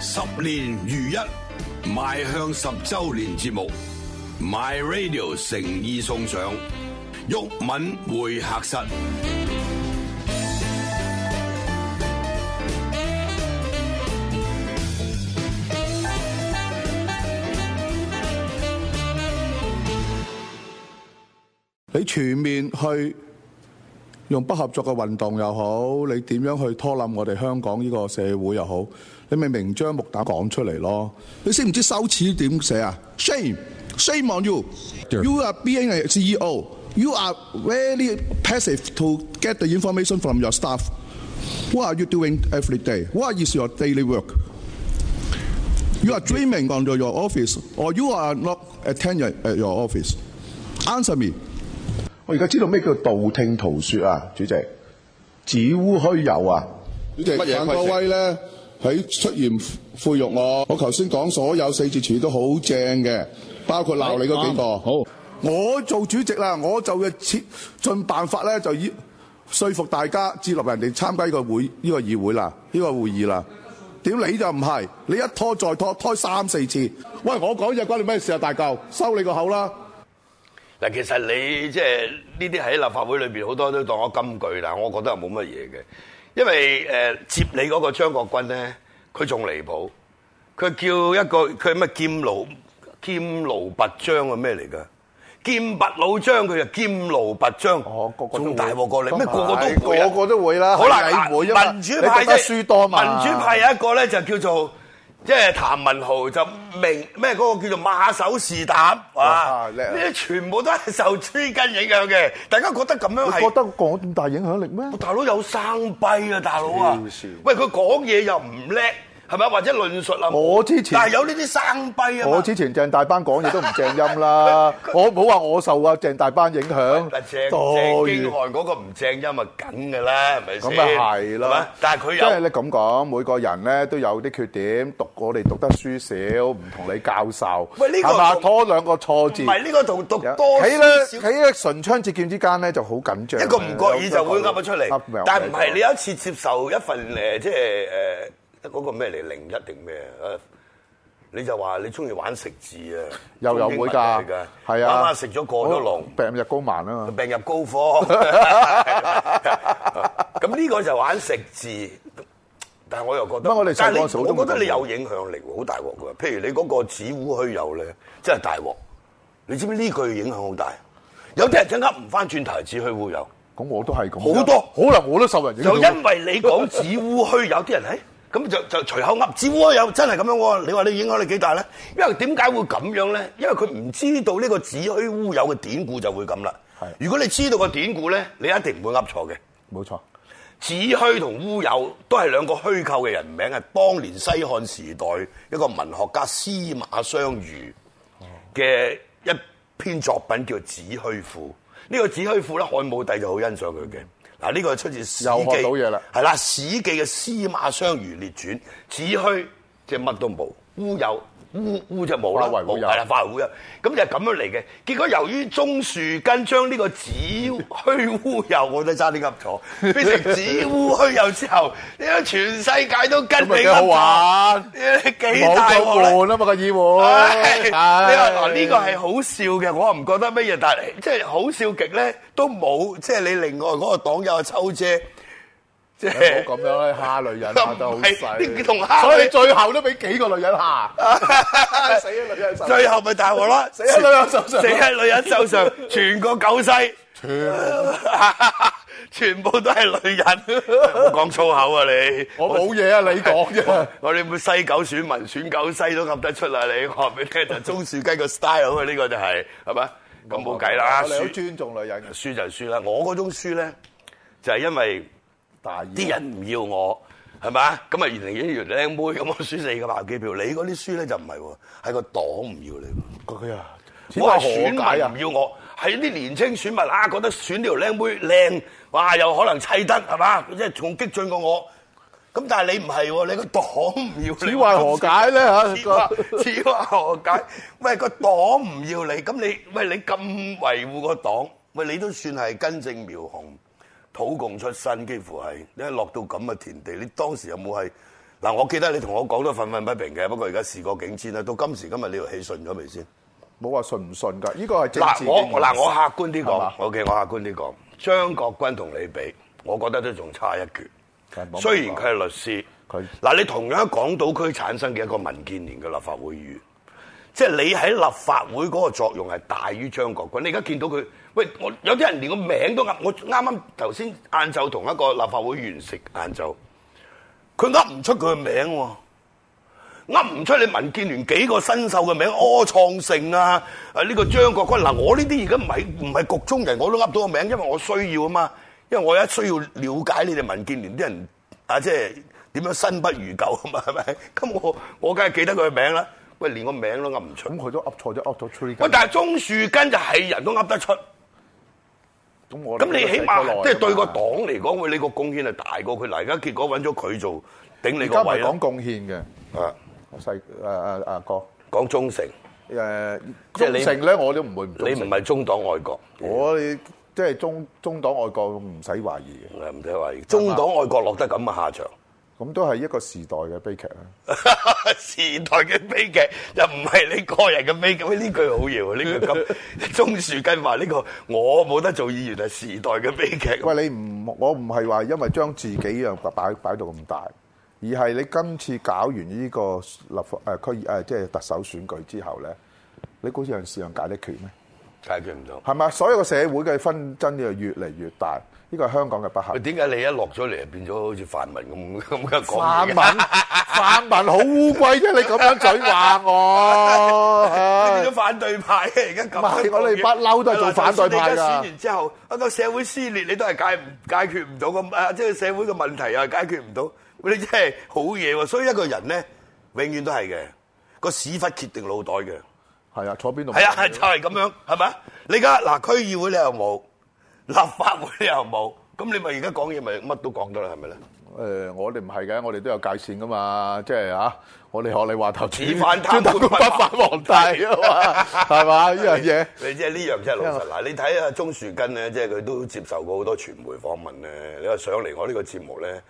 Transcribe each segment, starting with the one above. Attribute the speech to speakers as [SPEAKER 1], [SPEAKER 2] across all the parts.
[SPEAKER 1] 十年如一，邁向十周年節目，My Radio 誠意送上，毓民會客室。
[SPEAKER 2] 你全面去用不合作嘅運動又好，你點樣去拖冧我哋香港呢個社會又好，你咪明張目膽講出嚟咯。你識唔知羞恥點寫啊？Shame, shame on you. You are being a CEO. You are very passive to get the information from your staff. What are you doing every day? What is your daily work? You are dreaming on your office, or you are not attending at your office. Answer me.
[SPEAKER 3] 我而家知道咩叫道聽途說啊，主席，子烏虛有啊，
[SPEAKER 2] 主席，
[SPEAKER 3] 乜
[SPEAKER 2] 范
[SPEAKER 3] 嘢規
[SPEAKER 2] 國
[SPEAKER 3] 定
[SPEAKER 2] 威咧喺出言侮辱我，我頭先講所有四字詞都好正嘅，包括鬧你嗰幾個。好，我做主席啦，我就嘅設盡辦法咧，就以說服大家接納人哋參加呢個會呢、個議會啦，呢、個會議啦。點你就唔係，你一拖再拖，拖三四次。喂，我講嘢關你咩事啊，大嚿，收你個口啦！
[SPEAKER 4] 嗱，其實你即係呢啲喺立法會裏邊好多都當咗金句啦，我覺得冇乜嘢嘅，因為誒、呃接你嗰個張國軍咧，佢仲離譜，佢叫一個佢咩劍奴劍奴拔張啊咩嚟㗎？劍拔老張佢就劍奴拔張，
[SPEAKER 3] 哦
[SPEAKER 4] 仲大鑊過你咩？個個都會啊
[SPEAKER 3] 個個都會啦，
[SPEAKER 4] 好啦，
[SPEAKER 3] 係
[SPEAKER 4] 嗱
[SPEAKER 3] 會啊嘛
[SPEAKER 4] 民主派
[SPEAKER 3] 你覺得
[SPEAKER 4] 啫，
[SPEAKER 3] 輸多嘛？
[SPEAKER 4] 民主派有一個咧就叫做即係譚文豪就明咩嗰個叫做馬首是膽，哇！
[SPEAKER 3] 哇
[SPEAKER 4] 呢
[SPEAKER 3] 叻啊
[SPEAKER 4] 啲全部都係受豬根影響嘅，大家覺得咁樣
[SPEAKER 3] 你覺
[SPEAKER 4] 係。
[SPEAKER 3] 得我咁大影響力咩？
[SPEAKER 4] 大佬有生跛啊，大佬啊
[SPEAKER 3] 黐線！
[SPEAKER 4] 喂，佢講嘢又唔叻，係咪？或者論述啊，
[SPEAKER 3] 我之前
[SPEAKER 4] 但係有呢啲生跛啊嘛。
[SPEAKER 3] 我之前鄭大班講嘢都唔正音 啦，我唔好話我受啊鄭大班影響
[SPEAKER 4] 嗱，鄭，
[SPEAKER 3] 多
[SPEAKER 4] 鄭
[SPEAKER 3] 餘
[SPEAKER 4] 經翰嗰個唔正音啊，梗㗎啦，係咪先？
[SPEAKER 3] 咁咪啊係
[SPEAKER 4] 係
[SPEAKER 3] 啦
[SPEAKER 4] 咪，但係佢
[SPEAKER 3] 即係
[SPEAKER 4] 有
[SPEAKER 3] 你咁講，每個人咧都有啲缺點，讀我哋讀得書少，唔同你教授，
[SPEAKER 4] 喂呢個
[SPEAKER 3] 係嘛
[SPEAKER 4] 仲
[SPEAKER 3] 拖兩個錯字
[SPEAKER 4] 唔。係呢個同讀
[SPEAKER 3] 有
[SPEAKER 4] 多
[SPEAKER 3] 喺
[SPEAKER 4] 少
[SPEAKER 3] 咧
[SPEAKER 4] 少
[SPEAKER 3] 喺咧唇槍舌劍之間咧就好緊張，啊
[SPEAKER 4] 一個唔覺意就會噏咗出
[SPEAKER 3] 噏
[SPEAKER 4] 嚟
[SPEAKER 3] 埋，
[SPEAKER 4] 但係唔係你有一次接受一份誒，即係誒嗰個咩嚟零一定咩啊？你就話你中意玩食字啊？
[SPEAKER 3] 又有
[SPEAKER 4] 中英
[SPEAKER 3] 會
[SPEAKER 4] 文
[SPEAKER 3] 㗎
[SPEAKER 4] 嚟㗎，
[SPEAKER 3] 係啊，
[SPEAKER 4] 啱啱食咗過咗龍，
[SPEAKER 3] 病入膏肓啊嘛，
[SPEAKER 4] 病入膏肓。咁呢個就玩食字，但係我又覺得，
[SPEAKER 3] 乜我哋
[SPEAKER 4] 但係
[SPEAKER 3] 細個時候
[SPEAKER 4] 你
[SPEAKER 3] 都
[SPEAKER 4] 我
[SPEAKER 3] 冇
[SPEAKER 4] 覺得你有影響力喎，好大鑊㗎。譬如你嗰個子烏虛有咧，真係大鑊。你知唔知呢句影響好大？有啲人真噏唔翻轉頭，子虛烏有。
[SPEAKER 3] 咁我都係咁，
[SPEAKER 4] 好多
[SPEAKER 3] 可能我都受人影
[SPEAKER 4] 就
[SPEAKER 3] 響。
[SPEAKER 4] 因為你講子烏虛有啲人係咁就就隨口噏子烏虛有真係咁樣喎，你話你影響力幾大咧？因為點解會咁樣咧？因為佢唔知道呢個子虛烏有嘅典故就會咁啦
[SPEAKER 3] 係。
[SPEAKER 4] 如果你知道個典故咧，你一定唔會噏錯嘅。
[SPEAKER 3] 冇錯，
[SPEAKER 4] 子虛同烏有都係兩個虛構嘅人名，係當年西漢時代一個文學家司馬相如嘅一篇作品叫《子虛賦》。呢、個《子虛賦》咧，漢武帝就好欣賞佢嘅。嗱，呢個係出自《史記》，
[SPEAKER 3] 又學到嘢啦
[SPEAKER 4] 係啦，《史記》嘅司馬相如列傳，子虛即係乜都冇，烏有烏烏就冇啦，
[SPEAKER 3] 化為烏有
[SPEAKER 4] 係啦，化為烏有，咁就係咁樣嚟嘅。結果由於棕樹根將呢個子虛烏有，我都差啲噏錯，變成子烏虛有之後，呢個全世界都跟
[SPEAKER 3] 咁咪
[SPEAKER 4] 你
[SPEAKER 3] 幾好
[SPEAKER 4] 噏錯，
[SPEAKER 3] 玩，
[SPEAKER 4] 幾
[SPEAKER 3] 冇
[SPEAKER 4] 大
[SPEAKER 3] 咁
[SPEAKER 4] 鑊咧！
[SPEAKER 3] 悶啊嘛個議
[SPEAKER 4] 唉
[SPEAKER 3] 會，
[SPEAKER 4] 你話嗱呢個係好笑嘅，我唔覺得乜嘢，但係即係好笑極咧都冇，即係你另外嗰個黨友阿秋姐，即係
[SPEAKER 3] 唔好咁樣咧，蝦女人蝦得好
[SPEAKER 4] 唔係
[SPEAKER 3] 細
[SPEAKER 4] 呢，同蝦
[SPEAKER 3] 所以
[SPEAKER 4] 女
[SPEAKER 3] 最後都俾幾個女人蝦， 死啊女人手，
[SPEAKER 4] 最後咪大鑊 啦，
[SPEAKER 3] 死喺女人手上
[SPEAKER 4] 死喺女人手上，全個九西，全部都係女人，唔好講粗口啊你，
[SPEAKER 3] 我冇嘢啊，你講啫。
[SPEAKER 4] 我哋會西九選民選九西都噏得出啦，你我話俾你聽就中樹雞個 style 啊，呢個就係係咪？咁冇計啦，
[SPEAKER 3] 我哋好
[SPEAKER 4] 輸
[SPEAKER 3] 尊重女人嘅
[SPEAKER 4] 輸就係輸啦。我嗰種輸咧，就係因為
[SPEAKER 3] 大義。
[SPEAKER 4] 啲人唔要我，係咪啊？咁啊，越嚟越越靚妹，咁我輸四個百幾票。你嗰啲輸咧就唔係喎，係個黨唔要你喎。
[SPEAKER 3] 佢啊，
[SPEAKER 4] 我
[SPEAKER 3] 我
[SPEAKER 4] 係
[SPEAKER 3] 係
[SPEAKER 4] 選
[SPEAKER 3] 何解啊
[SPEAKER 4] 民唔？要我，係啲年青選民啊，覺得選條靚妹靚，哇，又可能砌得係嘛，即係仲激進過我。咁但係你唔係喎，你個黨唔要你。
[SPEAKER 3] 此為何解啊咧 嚇
[SPEAKER 4] 此話此話何解？喂，個黨唔要你，咁你喂你咁維護個黨，喂你都算係根正苗紅，土共出身，幾乎係你一落到咁嘅田地，你當時有冇係嗱，我記得你同我講都憤憤不平嘅，不過而家事過境遷啦，到今時今日你條氣順咗未先？
[SPEAKER 3] 冇話信唔信㗎，呢個係政治
[SPEAKER 4] 嗱，我
[SPEAKER 3] 經
[SPEAKER 4] 我嗱我客觀啲
[SPEAKER 3] 係嘛
[SPEAKER 4] 講，OK，我客觀啲講，張國軍同你比，我覺得都仲差一橛。
[SPEAKER 3] 係冇
[SPEAKER 4] 雖然佢係律師，
[SPEAKER 3] 佢
[SPEAKER 4] 嗱你同樣喺港島區產生嘅一個民建聯嘅立法會議員，即係你喺立法會嗰個作用係大於張國軍。你而家見到佢，喂，我有啲人連個名都噏，我啱啱頭先晏晝同一個立法會議員食晏晝，佢噏唔出佢嘅名喎。噏唔出你民建聯幾個新秀嘅名，柯創盛啊，誒、呢個張國軍嗱，我呢啲而家唔係唔係局中人，我都噏到個名，因為我需要啊嘛，因為我一需要了解你哋民建聯啲人啊，即係點樣新不如舊啊嘛，係咪？咁我我梗係記得佢嘅名啦。喂，連個名都噏唔出。
[SPEAKER 3] 咁佢都噏錯咗，噏咗 tree
[SPEAKER 4] 喂，但係鍾樹根就係人都噏得出，
[SPEAKER 3] 咁我
[SPEAKER 4] 咁你起
[SPEAKER 3] 啊
[SPEAKER 4] 碼即係對個黨
[SPEAKER 3] 黨
[SPEAKER 4] 嚟講，喂，你個貢獻係大過佢。嗱，而家結果揾咗佢做頂你
[SPEAKER 3] 而
[SPEAKER 4] 個
[SPEAKER 3] 家唔
[SPEAKER 4] 位
[SPEAKER 3] 係
[SPEAKER 4] 啦
[SPEAKER 3] 講。貢獻嘅，
[SPEAKER 4] 啊，
[SPEAKER 3] 我細誒誒誒哥
[SPEAKER 4] 講忠誠，
[SPEAKER 3] 誒
[SPEAKER 4] 即
[SPEAKER 3] 忠
[SPEAKER 4] 係你
[SPEAKER 3] 誠咧，我都唔會唔忠
[SPEAKER 4] 你唔
[SPEAKER 3] 誠。
[SPEAKER 4] 係中黨愛國。
[SPEAKER 3] 我哋即係中中黨愛國唔使懷疑嘅，
[SPEAKER 4] 唔使話，中黨愛國落得咁嘅下場，
[SPEAKER 3] 咁都係一個時代嘅悲劇啦。
[SPEAKER 4] 時代嘅悲劇又唔係你個人嘅悲劇。喂呢句好嘢喎，呢句 咁鍾樹根話呢個我冇得做議員係時代嘅悲劇。
[SPEAKER 3] 喂，你唔我唔係話因為將自己樣擺擺到咁大，而係你今次搞完呢個立法誒區呃誒即係特首選舉之後咧，你嗰樣事樣解得決咩？
[SPEAKER 4] 解決唔到。
[SPEAKER 3] 係咪？所有個社會嘅紛爭就越嚟越大，呢個係香港嘅不
[SPEAKER 4] 喂，
[SPEAKER 3] 幸。
[SPEAKER 4] 點解你一落咗嚟變咗好似泛民咁咁嘅
[SPEAKER 3] 泛
[SPEAKER 4] 講
[SPEAKER 3] 民，
[SPEAKER 4] 嘢？
[SPEAKER 3] 泛民好烏龜啫！你咁樣嘴話 我，
[SPEAKER 4] 你
[SPEAKER 3] 唉
[SPEAKER 4] 變咗反對派啊！而家咁樣
[SPEAKER 3] 唔係我哋
[SPEAKER 4] 講嘢
[SPEAKER 3] 不嬲都係
[SPEAKER 4] Ờ.
[SPEAKER 3] 做反對派㗎
[SPEAKER 4] 嗱就算你而家選完之後，一個社會撕裂，你都係解唔解決唔到咁啊！即係社會嘅問題又係解決唔到，你真係好嘢喎！所以一個人咧，永遠都係嘅，個屎忽決定腦袋嘅，
[SPEAKER 3] 係啊，坐邊度？
[SPEAKER 4] 係 啊，就係咁樣，係咪啊？你而家嗱區議會你又冇，立法會你又冇，咁你咪而家講嘢咪乜都講得啦，係咪咧？
[SPEAKER 3] 誒、呃我哋唔係嘅，我哋都有界線噶嘛，即係啊，我哋學你話頭，
[SPEAKER 4] 此反貪
[SPEAKER 3] 不反皇帝啊嘛，係嘛啊呢樣嘢？
[SPEAKER 4] 你即係呢樣真係老實嗱，你睇下鍾樹根咧，即係佢都接受過好多傳媒訪問咧。你話上嚟我呢個節目咧，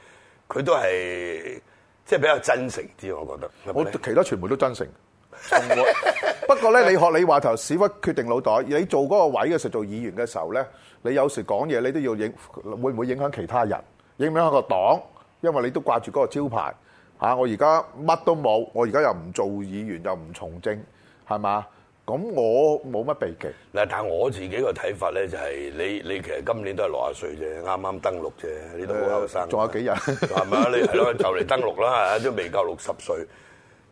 [SPEAKER 4] 佢都係即係比較真誠啲，我覺得。
[SPEAKER 3] 我
[SPEAKER 4] 係咪
[SPEAKER 3] 其他傳媒都真誠。從來 不過咧，你學你話頭，屎忽決定腦袋。你做嗰個位嘅時候，做議員嘅時候咧，你有時講嘢你都要影，會唔會影響其他人？影唔影響個黨？因為你都掛住嗰個招牌嚇、啊我而家乜都冇，我而家又唔做議員，又唔從政，係嘛？咁我冇乜避忌。
[SPEAKER 4] 嗱，但係我自己個睇法咧，就係你你其實今年都係六十歲啫，啱啱登陸啫，你都好後生。
[SPEAKER 3] 仲有幾日
[SPEAKER 4] 係咪啊？你係咯，就嚟登陸啦，都未夠六十歲。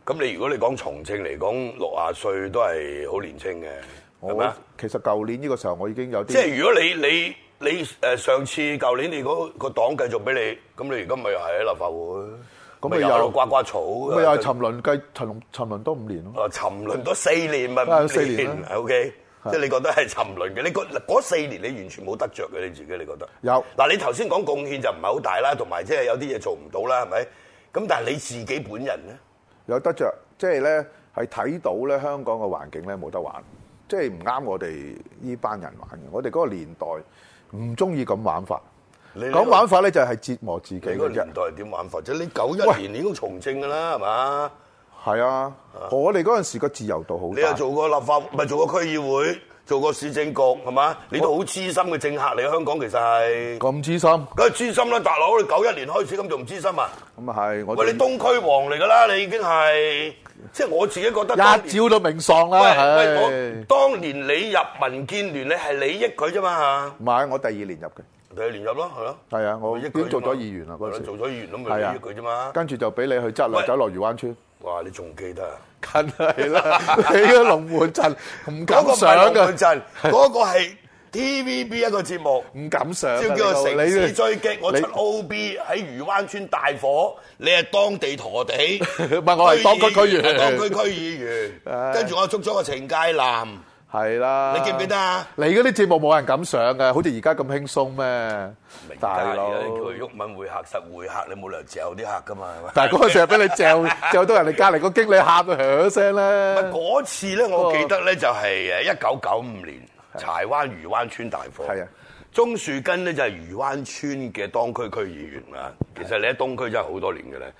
[SPEAKER 4] 咁你如果你講從政嚟講，六十歲都係好年青嘅，係咪
[SPEAKER 3] 我
[SPEAKER 4] 啊？
[SPEAKER 3] 其實舊年呢個時候，我已經有啲
[SPEAKER 4] 即係如果你你你誒上次舊年你嗰個黨繼續俾你，咁你而家咪又係喺立法會，
[SPEAKER 3] 咁咪
[SPEAKER 4] 咪又
[SPEAKER 3] 又
[SPEAKER 4] 喺度刮刮草，咪
[SPEAKER 3] 咪又係啊沉淪計沉淪沉淪多五年咯。
[SPEAKER 4] 啊沉淪咗四年咪
[SPEAKER 3] 啊
[SPEAKER 4] 五
[SPEAKER 3] 四年 啦
[SPEAKER 4] o k
[SPEAKER 3] 係
[SPEAKER 4] 即係你覺得係沉淪嘅，你嗰嗰四年你完全冇得着嘅，你自己你覺得
[SPEAKER 3] 有
[SPEAKER 4] 嗱，你頭先講貢獻就唔係好大啦，同埋即係有啲嘢做唔到啦，係咪？咁但係你自己本人咧，
[SPEAKER 3] 有得着，即係咧係睇到咧香港嘅環境咧冇得玩，即係唔啱我哋呢班人玩嘅。我哋嗰個年代唔中意咁玩法，
[SPEAKER 4] 你呢
[SPEAKER 3] 咁
[SPEAKER 4] 個
[SPEAKER 3] 玩法咧就係折磨自己
[SPEAKER 4] 你嗰個
[SPEAKER 3] 嘅啫
[SPEAKER 4] 年。代係點玩法啫？你九一年已經從政㗎啦，係嘛？
[SPEAKER 3] 係啊，我哋嗰陣時個自由度好
[SPEAKER 4] 你又
[SPEAKER 3] 大，
[SPEAKER 4] 做過立法，咪做過區議會，做過市政局，係嘛？你都好資深嘅政客嚟，香港其實係，
[SPEAKER 3] 咁資深
[SPEAKER 4] 梗係資深啦，大佬！你九一年開始咁仲唔資深啊？
[SPEAKER 3] 咁啊係我
[SPEAKER 4] 喂，
[SPEAKER 3] 哋
[SPEAKER 4] 你東區王嚟㗎啦，你已經係，即係我自己覺得當
[SPEAKER 3] 一
[SPEAKER 4] 年
[SPEAKER 3] 招都名喪
[SPEAKER 4] 喂
[SPEAKER 3] 啦，
[SPEAKER 4] 喂，我
[SPEAKER 3] 唉
[SPEAKER 4] 當年你入民建聯，你係你益佢啫嘛
[SPEAKER 3] 唔係我第二年入嘅，
[SPEAKER 4] 第二年入咯，係咯。
[SPEAKER 3] 係啊，我
[SPEAKER 4] 咪
[SPEAKER 3] 已
[SPEAKER 4] 益佢
[SPEAKER 3] 經做
[SPEAKER 4] 啫嘛
[SPEAKER 3] 咗議員啦嗰陣時，
[SPEAKER 4] 做咗議員咁咪
[SPEAKER 3] 係
[SPEAKER 4] 益
[SPEAKER 3] 啊
[SPEAKER 4] 佢啫嘛。
[SPEAKER 3] 跟住就俾你去質量
[SPEAKER 4] 喂
[SPEAKER 3] 走落漁灣村。
[SPEAKER 4] 哇！你仲記得啊？
[SPEAKER 3] 梗係啦， 你個龍門陣唔
[SPEAKER 4] 嗰個
[SPEAKER 3] 敢
[SPEAKER 4] 唔
[SPEAKER 3] 上
[SPEAKER 4] 係龍
[SPEAKER 3] 嘅，
[SPEAKER 4] 門陣，嗰個係 TVB 一個節目。
[SPEAKER 3] 唔敢上嘅。
[SPEAKER 4] 叫叫
[SPEAKER 3] 你個
[SPEAKER 4] 城市
[SPEAKER 3] 你
[SPEAKER 4] 追擊，我出
[SPEAKER 3] 你
[SPEAKER 4] O B 喺漁灣村大火，你係當地陀地，
[SPEAKER 3] 唔係我係當區區員
[SPEAKER 4] 我係當區區議員，
[SPEAKER 3] 唉
[SPEAKER 4] 跟住我捉咗個懲戒男，
[SPEAKER 3] 係啦。
[SPEAKER 4] 你記唔記得啊？
[SPEAKER 3] 你嗰啲節目冇人敢上嘅，好似而家咁輕鬆咩？大佬，
[SPEAKER 4] 佢鬱敏會客實會客，你冇理由嚼啲客噶嘛，係咪？
[SPEAKER 3] 但係嗰個成日俾你 嚼嚼到人哋隔離個經理喊到響聲 咧。
[SPEAKER 4] 嗰次咧，我記得咧就係誒一九九五年柴灣漁灣村大火。
[SPEAKER 3] 係啊，
[SPEAKER 4] 鍾樹啊根咧就係漁灣村嘅當區區議員啦。其實你喺東區真係好多年嘅咧。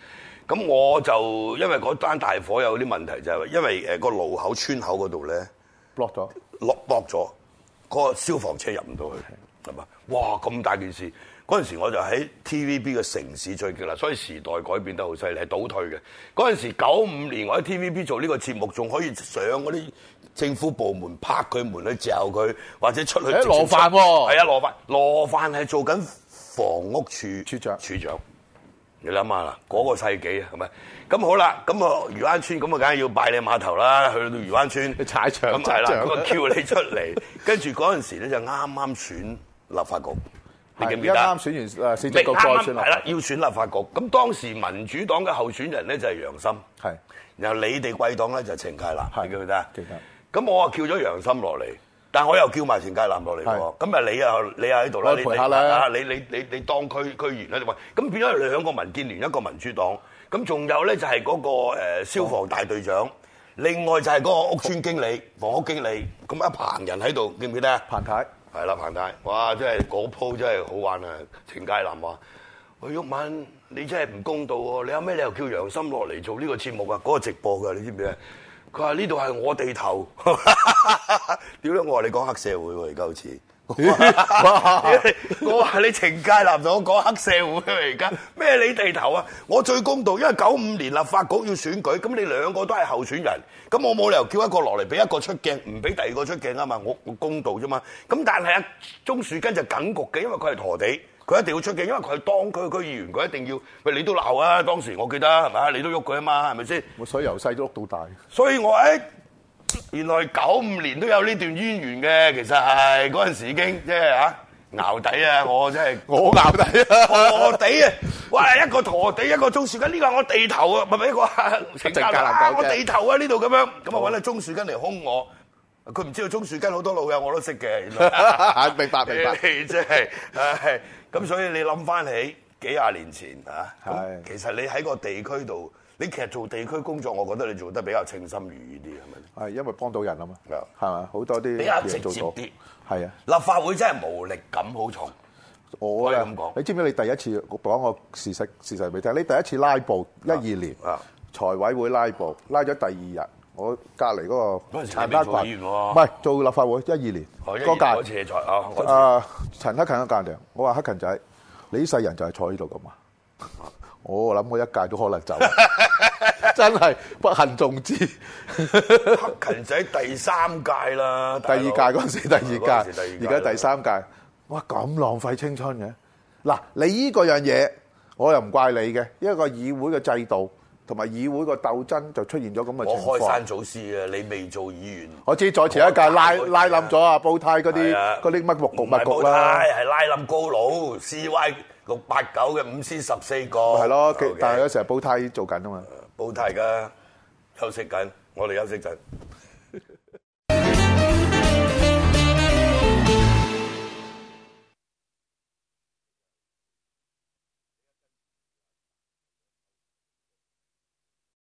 [SPEAKER 4] 咁我就因為嗰單大火有啲問題就係、因為誒個路口村口嗰度咧。
[SPEAKER 3] block 咗。
[SPEAKER 4] 落落咗，個消防車入唔到去，係嘛？哇！咁大件事，嗰陣時我就喺 TVB 嘅城市追擊啦，所以時代改變得好犀利，係倒退嘅。嗰陣時九五年我喺 TVB 做呢個節目，仲可以上嗰啲政府部門拍佢門去嚼佢，或者出去
[SPEAKER 3] 誒
[SPEAKER 4] 直接出。
[SPEAKER 3] 啊羅范喎
[SPEAKER 4] 係啊，羅范，羅范係做緊房屋處
[SPEAKER 3] 處長
[SPEAKER 4] 處長。你諗下啦，嗰、個世紀啊，係咪？咁好啦，咁啊漁灣村咁啊，梗係要拜你碼頭啦，去到漁灣村，
[SPEAKER 3] 你踩場
[SPEAKER 4] 咁係
[SPEAKER 3] 踩
[SPEAKER 4] 啦，
[SPEAKER 3] 場
[SPEAKER 4] 咁啊叫你出嚟， 跟住嗰陣時咧就啱啱選立法局，你記唔記
[SPEAKER 3] 係
[SPEAKER 4] 得？
[SPEAKER 3] 啱選完誒四隻局
[SPEAKER 4] 未
[SPEAKER 3] 再
[SPEAKER 4] 啱
[SPEAKER 3] 選
[SPEAKER 4] 啱
[SPEAKER 3] 啦
[SPEAKER 4] 係啦，要選立法局。咁當時民主黨嘅候選人咧就係楊森，
[SPEAKER 3] 係
[SPEAKER 4] 然後你哋貴黨咧就係程介南，
[SPEAKER 3] 係
[SPEAKER 4] 你記唔記得？
[SPEAKER 3] 記得。
[SPEAKER 4] 咁我啊叫咗楊森落嚟，但我又叫埋程介南落嚟
[SPEAKER 3] 係
[SPEAKER 4] 喎。咁啊你啊你啊喺度啦，
[SPEAKER 3] 我
[SPEAKER 4] 你
[SPEAKER 3] 陪下啦
[SPEAKER 4] 你啊你你你你當區區員啦，喂，咁變咗兩個民建聯一個民主黨，咁仲有咧就係嗰個誒消防大隊長。另外就係嗰個屋村經理、房屋經理，咁一棚人喺度，記唔記得啊？
[SPEAKER 3] 彭太
[SPEAKER 4] 係啦，彭太，哇！真係嗰鋪真係好玩啊！程介南話：喂，鬱敏，你真係唔公道喎！你有咩理由叫楊森落嚟做呢個節目啊？嗰、個直播㗎，你知唔知啊？佢話呢度係我地頭， 屌你！我話你講黑社會喎，而家好似。我話你程介南同我講黑社會啊！而家咩你地頭啊？我最公道，因為九五年立法局要選舉，咁你兩個都係候選人，咁我冇理由叫一個落嚟俾一個出鏡，唔俾第二個出鏡啊嘛！我我公道啫嘛。咁但係啊，鍾樹根就梗局嘅，因為佢係陀地，佢一定要出鏡，因為佢係當區區議員，佢一定要喂你都鬧啊！當時我記得係咪啊？你都喐佢啊嘛，係咪先？
[SPEAKER 3] 我所以由細都碌到大。
[SPEAKER 4] 所以我誒，原來九五年都有呢段淵源嘅，其實係嗰陣時已經即係嚇熬底啊！我真係
[SPEAKER 3] 我咬底啊！
[SPEAKER 4] 陀地啊！哇，一個陀地，一個鍾樹根，呢個係我地頭啊，唔係一個成
[SPEAKER 3] 格蘭
[SPEAKER 4] 啊
[SPEAKER 3] 講啫
[SPEAKER 4] 我地頭啊呢度咁樣，咁啊揾阿鍾樹根嚟兇我。佢唔知道鍾樹根好多老友我都識嘅，原來
[SPEAKER 3] 明白 明白
[SPEAKER 4] 你真係，唉咁所以你諗翻起幾廿年前啊，咁
[SPEAKER 3] 係
[SPEAKER 4] 其實你喺個地區度，你其實做地區工作，我覺得你做得比較稱心如意啲，係咪？
[SPEAKER 3] 係因為幫到人啊嘛
[SPEAKER 4] 係，
[SPEAKER 3] 係嘛？好多啲
[SPEAKER 4] 比較直
[SPEAKER 3] 嘢
[SPEAKER 4] 接
[SPEAKER 3] 做到
[SPEAKER 4] 啲。
[SPEAKER 3] 係啊，
[SPEAKER 4] 立法會真係無力感好重，
[SPEAKER 3] 我
[SPEAKER 4] 可以咁
[SPEAKER 3] 啊
[SPEAKER 4] 講，
[SPEAKER 3] 你知唔知你第一次我講個事實事實俾你聽？你第一次拉布一二年
[SPEAKER 4] 啊，
[SPEAKER 3] 財委會拉布，拉咗第二日，我隔離嗰
[SPEAKER 4] 嗰
[SPEAKER 3] 個
[SPEAKER 4] 陣時
[SPEAKER 3] 陳
[SPEAKER 4] 你
[SPEAKER 3] 克
[SPEAKER 4] 未
[SPEAKER 3] 勤，
[SPEAKER 4] 做議員喎哦
[SPEAKER 3] 唔係做立法會一二年
[SPEAKER 4] 我一
[SPEAKER 3] 嗰
[SPEAKER 4] 嗰
[SPEAKER 3] 屆
[SPEAKER 4] 次在啊，嗰次
[SPEAKER 3] 啊，陳克勤嘅間量，我話克勤仔，你呢世人就係坐呢度噶嘛。 我諗我一屆都可 能走，真係不幸中之。
[SPEAKER 4] 黑勤仔第三屆啦，
[SPEAKER 3] 第
[SPEAKER 4] 大
[SPEAKER 3] 二
[SPEAKER 4] 佬
[SPEAKER 3] 屆嗰陣時，第
[SPEAKER 4] 嗰
[SPEAKER 3] 二
[SPEAKER 4] 陣時
[SPEAKER 3] 屆，
[SPEAKER 4] 第
[SPEAKER 3] 而家第三屆，哇咁浪費青春嘅。嗱，你呢個樣嘢，我又唔怪你嘅，因為個議會嘅制度同埋議會個鬥爭就出現咗咁嘅
[SPEAKER 4] 我
[SPEAKER 3] 情
[SPEAKER 4] 開山
[SPEAKER 3] 況。
[SPEAKER 4] 祖師嘅，你未做議員，
[SPEAKER 3] 我知再前一屆拉拉冧咗啊，煲呔嗰啲
[SPEAKER 4] 係啊
[SPEAKER 3] 嗰啲乜木局
[SPEAKER 4] 唔係
[SPEAKER 3] 乜
[SPEAKER 4] 煲
[SPEAKER 3] 局啦
[SPEAKER 4] 呔，，係拉冧高佬 C Y 六八九嘅五千十四個，
[SPEAKER 3] 係咯。其
[SPEAKER 4] OK
[SPEAKER 3] 但係嗰時候煲呔做緊啊嘛。
[SPEAKER 4] 煲呔㗎，休息緊，我哋休息陣。